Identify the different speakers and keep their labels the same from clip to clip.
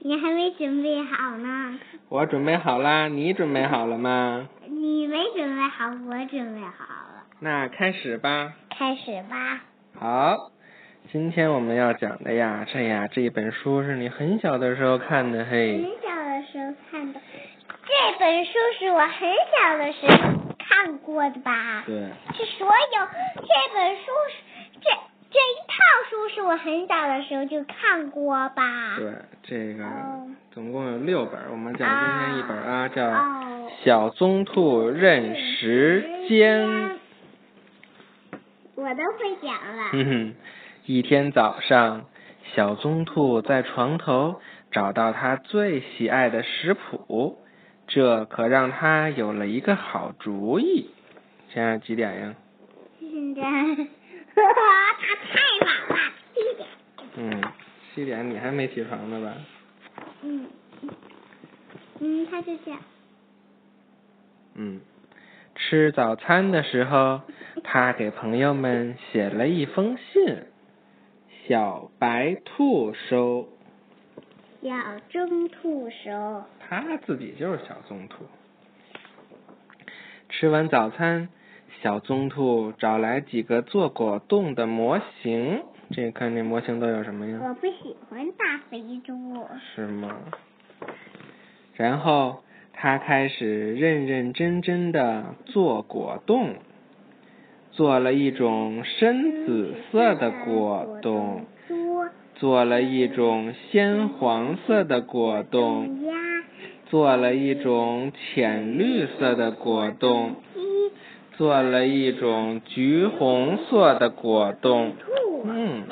Speaker 1: 你还没准备好呢，
Speaker 2: 我准备好啦，你准备好了吗？
Speaker 1: 你没准备好，我准备好了，
Speaker 2: 那开始吧。
Speaker 1: 开始吧。
Speaker 2: 好，今天我们要讲的呀，这呀这本书是你很小的时候看的
Speaker 1: 很
Speaker 2: 嘿，
Speaker 1: 小的时候看的，这本书是我很小的时候看过的吧？
Speaker 2: 对，
Speaker 1: 是所有这本书是这这一套书是我很小的时候就看过吧？
Speaker 2: 对，这个
Speaker 1: 哦
Speaker 2: 总共有六本，我们讲今天一本啊，叫《
Speaker 1: 哦，
Speaker 2: 小棕兔认时间》。
Speaker 1: 嗯哦我都会讲了。
Speaker 2: 哼嗯哼，一天早上，小棕兔在床头找到它最喜爱的食谱，这可让它有了一个好主意。现在几点呀？
Speaker 1: 现在，哇，他太晚了，七点。
Speaker 2: 嗯，七点，你还没起床呢吧？
Speaker 1: 嗯，嗯，他就这样。
Speaker 2: 嗯，吃早餐的时候，他给朋友们写了一封信，小白兔收，
Speaker 1: 小棕兔手，
Speaker 2: 他自己就是小棕兔。吃完早餐，小棕兔找来几个做果冻的模型，这看这模型都有什么呀？
Speaker 1: 我不喜欢大肥猪。
Speaker 2: 是吗？然后他开始认认真真的做果冻，做了一种深紫色的果冻，
Speaker 1: 猪，
Speaker 2: 做了一种鲜黄色的果冻，
Speaker 1: 鸭，
Speaker 2: 做了一种浅绿色的果冻，
Speaker 1: 鸡，
Speaker 2: 做了一种橘红色的果冻。
Speaker 1: 兔，
Speaker 2: 嗯，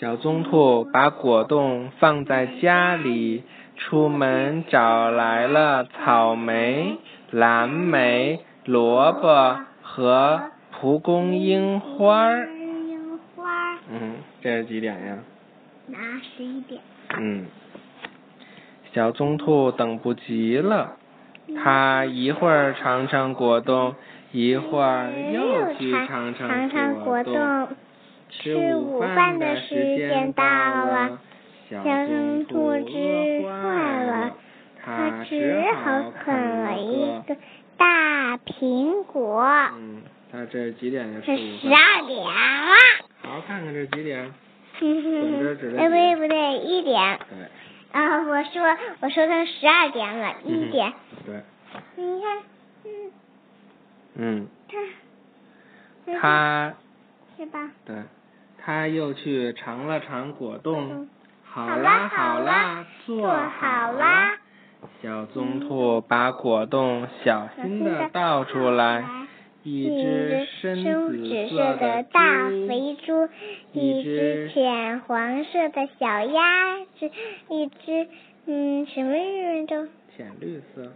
Speaker 2: 小棕兔把果冻放在家里，出门找来了草莓、蓝莓、萝卜和蒲公英花儿。
Speaker 1: 樱花儿，
Speaker 2: 嗯，这是几点呀？
Speaker 1: 那十一点。
Speaker 2: 嗯，小棕兔等不及了，嗯它一会儿尝尝果冻，一会儿又去尝
Speaker 1: 尝尝
Speaker 2: 果
Speaker 1: 果
Speaker 2: 冻。
Speaker 1: 冻。
Speaker 2: 吃午饭的时间到了，小
Speaker 1: 棕
Speaker 2: 棕
Speaker 1: 兔
Speaker 2: 兔
Speaker 1: 吃
Speaker 2: 吃
Speaker 1: 坏了
Speaker 2: 坏了，
Speaker 1: 它
Speaker 2: 它
Speaker 1: 只
Speaker 2: 只
Speaker 1: 好
Speaker 2: 好
Speaker 1: 啃
Speaker 2: 啃
Speaker 1: 了
Speaker 2: 了
Speaker 1: 一
Speaker 2: 一
Speaker 1: 个
Speaker 2: 个。
Speaker 1: 大苹果。
Speaker 2: 嗯，它这是几点呀？
Speaker 1: 嗯是
Speaker 2: 午
Speaker 1: 十
Speaker 2: 饭。
Speaker 1: 二点了。
Speaker 2: 好，看看这是几点？
Speaker 1: 哼
Speaker 2: 总之
Speaker 1: 哼
Speaker 2: 指
Speaker 1: 哼，
Speaker 2: 的
Speaker 1: 哎，
Speaker 2: 是
Speaker 1: 不对不对，一点
Speaker 2: 对
Speaker 1: 啊！我说我说成十二点了，一
Speaker 2: 嗯
Speaker 1: 点。
Speaker 2: 对，
Speaker 1: 你看，嗯，
Speaker 2: 嗯，
Speaker 1: 它，
Speaker 2: 它
Speaker 1: 是吧？
Speaker 2: 对，它又去尝了尝果冻
Speaker 1: 嗯。
Speaker 2: 好
Speaker 1: 好
Speaker 2: 啦
Speaker 1: 啦好
Speaker 2: 啦
Speaker 1: 啦，
Speaker 2: 做
Speaker 1: 好
Speaker 2: 啦。
Speaker 1: 啦，嗯
Speaker 2: 小棕兔把果冻小
Speaker 1: 小
Speaker 2: 心
Speaker 1: 心
Speaker 2: 的
Speaker 1: 的
Speaker 2: 倒出来。。一
Speaker 1: 一只
Speaker 2: 只深
Speaker 1: 深
Speaker 2: 紫
Speaker 1: 紫
Speaker 2: 色
Speaker 1: 色
Speaker 2: 的
Speaker 1: 的
Speaker 2: 猪
Speaker 1: 大肥猪，
Speaker 2: 一
Speaker 1: 一
Speaker 2: 只
Speaker 1: 只浅黄色的小鸭子，一只嗯什么日的
Speaker 2: 浅绿色，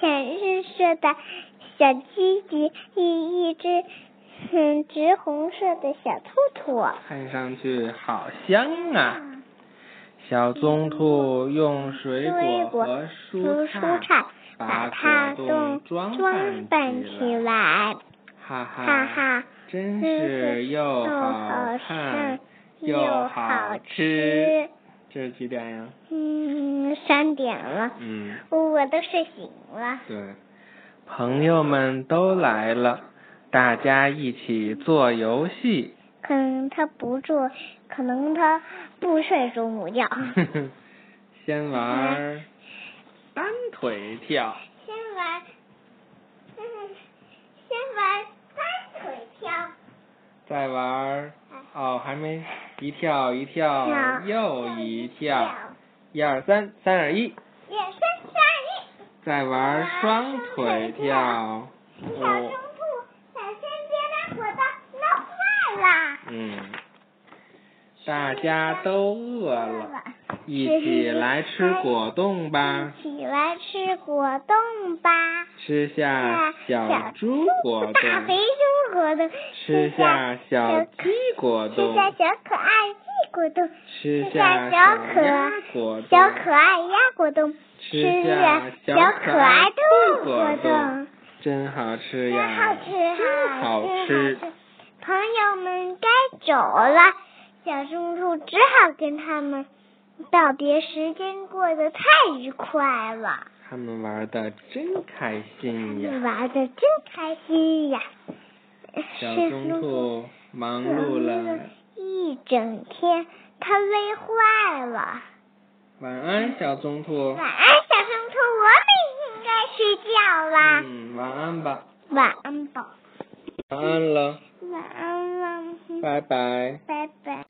Speaker 1: 浅绿色的小鸡鸡，一一只嗯橘红色的小兔兔。
Speaker 2: 看上去好香
Speaker 1: 嗯
Speaker 2: 啊！小棕兔用水
Speaker 1: 水
Speaker 2: 果
Speaker 1: 果
Speaker 2: 和
Speaker 1: 蔬蔬
Speaker 2: 蔬菜
Speaker 1: 菜把它
Speaker 2: 果冻
Speaker 1: 冻
Speaker 2: 装
Speaker 1: 装
Speaker 2: 扮
Speaker 1: 扮
Speaker 2: 起
Speaker 1: 起
Speaker 2: 来，
Speaker 1: 来，
Speaker 2: 哈
Speaker 1: 嗯哈哈，
Speaker 2: 真
Speaker 1: 真
Speaker 2: 是
Speaker 1: 是
Speaker 2: 又
Speaker 1: 又
Speaker 2: 好
Speaker 1: 好
Speaker 2: 看
Speaker 1: 看
Speaker 2: 又
Speaker 1: 又
Speaker 2: 好
Speaker 1: 好
Speaker 2: 吃。
Speaker 1: 吃。
Speaker 2: 这是几点呀？
Speaker 1: 嗯，三点了，
Speaker 2: 嗯，
Speaker 1: 我都睡醒了。
Speaker 2: 对，朋友们都来了，大家一起做游戏。
Speaker 1: 可能他不住，可能他不睡中午觉。
Speaker 2: 先玩儿单腿跳，
Speaker 1: 先玩，嗯，先玩单腿跳，
Speaker 2: 再玩儿哦，还没一跳一跳
Speaker 1: 跳
Speaker 2: 又一
Speaker 1: 跳
Speaker 2: 跳，，一二三，三二一，
Speaker 1: 也是三
Speaker 2: 再玩儿双腿跳，哦
Speaker 1: 一。小
Speaker 2: 五
Speaker 1: 胸部在身边的火的闹坏了，
Speaker 2: 嗯，大家都饿了，一起来吃果冻吧，
Speaker 1: 一起来吃果冻吧。
Speaker 2: 吃下小猪果
Speaker 1: 大肥
Speaker 2: 冻，
Speaker 1: 猪果冻，
Speaker 2: 吃下小
Speaker 1: 小
Speaker 2: 鸡果
Speaker 1: 吃
Speaker 2: 冻，
Speaker 1: 下小可爱鸡果冻，
Speaker 2: 吃
Speaker 1: 吃
Speaker 2: 下
Speaker 1: 下
Speaker 2: 小
Speaker 1: 小可
Speaker 2: 鸭果冻，
Speaker 1: 小可爱鸭果冻，
Speaker 2: 吃
Speaker 1: 吃
Speaker 2: 下
Speaker 1: 下
Speaker 2: 小
Speaker 1: 小
Speaker 2: 可
Speaker 1: 可
Speaker 2: 爱
Speaker 1: 爱
Speaker 2: 兔
Speaker 1: 兔
Speaker 2: 果
Speaker 1: 果
Speaker 2: 冻
Speaker 1: 冻，
Speaker 2: 真好吃
Speaker 1: 真好
Speaker 2: 呀，
Speaker 1: 吃，真
Speaker 2: 好
Speaker 1: 好
Speaker 2: 吃
Speaker 1: 吃。朋友们该走了，小松兔只好跟他们道别时间过得太愉快了，
Speaker 2: 他们玩的真开心嗯呀！
Speaker 1: 玩的真开心呀！
Speaker 2: 小
Speaker 1: 是叔
Speaker 2: 棕
Speaker 1: 叔
Speaker 2: 兔忙
Speaker 1: 嗯
Speaker 2: 碌了，
Speaker 1: 一整天，它累坏了。
Speaker 2: 晚安，小棕兔
Speaker 1: 晚。安，小松兔，我们应该睡觉啦。
Speaker 2: 嗯，晚安吧，
Speaker 1: 晚安，宝。
Speaker 2: 晚安了，
Speaker 1: 晚安啦，
Speaker 2: 拜拜。
Speaker 1: 拜拜。